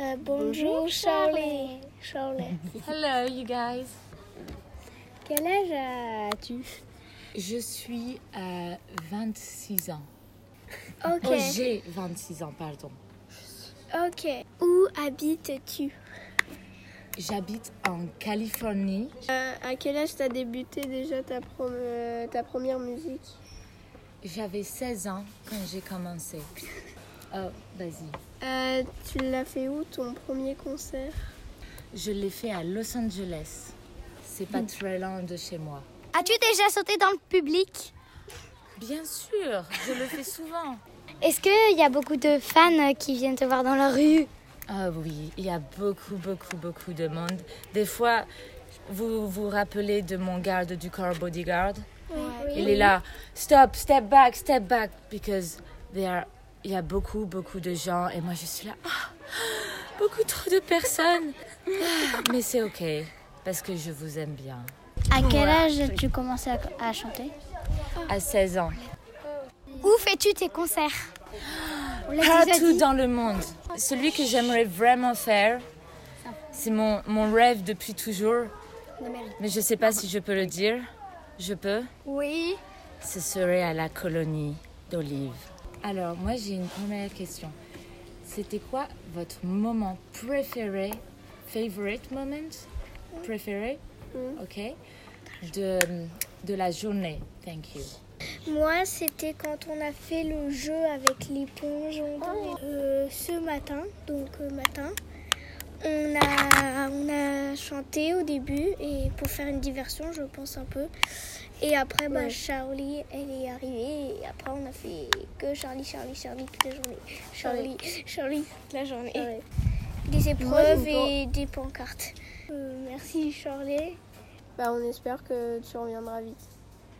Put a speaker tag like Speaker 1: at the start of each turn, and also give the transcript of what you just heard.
Speaker 1: Euh, bonjour Charlie. Charlie.
Speaker 2: Hello, you guys.
Speaker 1: Quel âge as-tu
Speaker 2: Je suis à 26 ans.
Speaker 1: Ok.
Speaker 2: Oh, j'ai 26 ans, pardon.
Speaker 1: Ok. Où habites-tu
Speaker 2: J'habite en Californie.
Speaker 1: Euh, À quel âge t'as débuté déjà ta, pro- euh, ta première musique
Speaker 2: J'avais 16 ans quand j'ai commencé. Oh, vas-y.
Speaker 1: Euh, Tu l'as fait où ton premier concert
Speaker 2: Je l'ai fait à Los Angeles. C'est pas très loin de chez moi.
Speaker 3: As-tu déjà sauté dans le public
Speaker 2: Bien sûr, je le fais souvent.
Speaker 3: Est-ce qu'il y a beaucoup de fans euh, qui viennent te voir dans la rue
Speaker 2: Ah oui, il y a beaucoup, beaucoup, beaucoup de monde. Des fois, vous vous rappelez de mon garde du corps bodyguard Il est là, stop, step back, step back, because there are- il y a beaucoup, beaucoup de gens et moi je suis là, Ah, beaucoup trop de personnes. Ah, Mais c'est ok, parce que je vous aime bien.
Speaker 3: À quel âge tu commences à, à chanter
Speaker 2: À 16 ans,
Speaker 3: Où fais-tu tes concerts On l'a déjà
Speaker 2: partout
Speaker 3: dit.
Speaker 2: dans le monde. Celui que j'aimerais vraiment faire, c'est mon, mon rêve depuis toujours, mais je sais pas si je peux le dire. Je peux
Speaker 3: Oui.
Speaker 2: Ce serait à la colonie d'Olive. Alors, moi, j'ai une première question. C'était quoi votre moment préféré, favorite moment, préféré, ok, de, de la journée Thank you.
Speaker 1: Moi, c'était quand on a fait le jeu avec les plongeons euh, ce matin, donc euh, matin. On a, on a chanté au début et pour faire une diversion, je pense un peu. Et après, bah, Charlie, elle est arrivée et après, on a fait que Charlie, Charlie, Charlie toute la journée. Charlie, Charlie toute la journée. Des épreuves et des pancartes. Euh, merci Charlie.
Speaker 4: Bah, on espère que tu reviendras vite.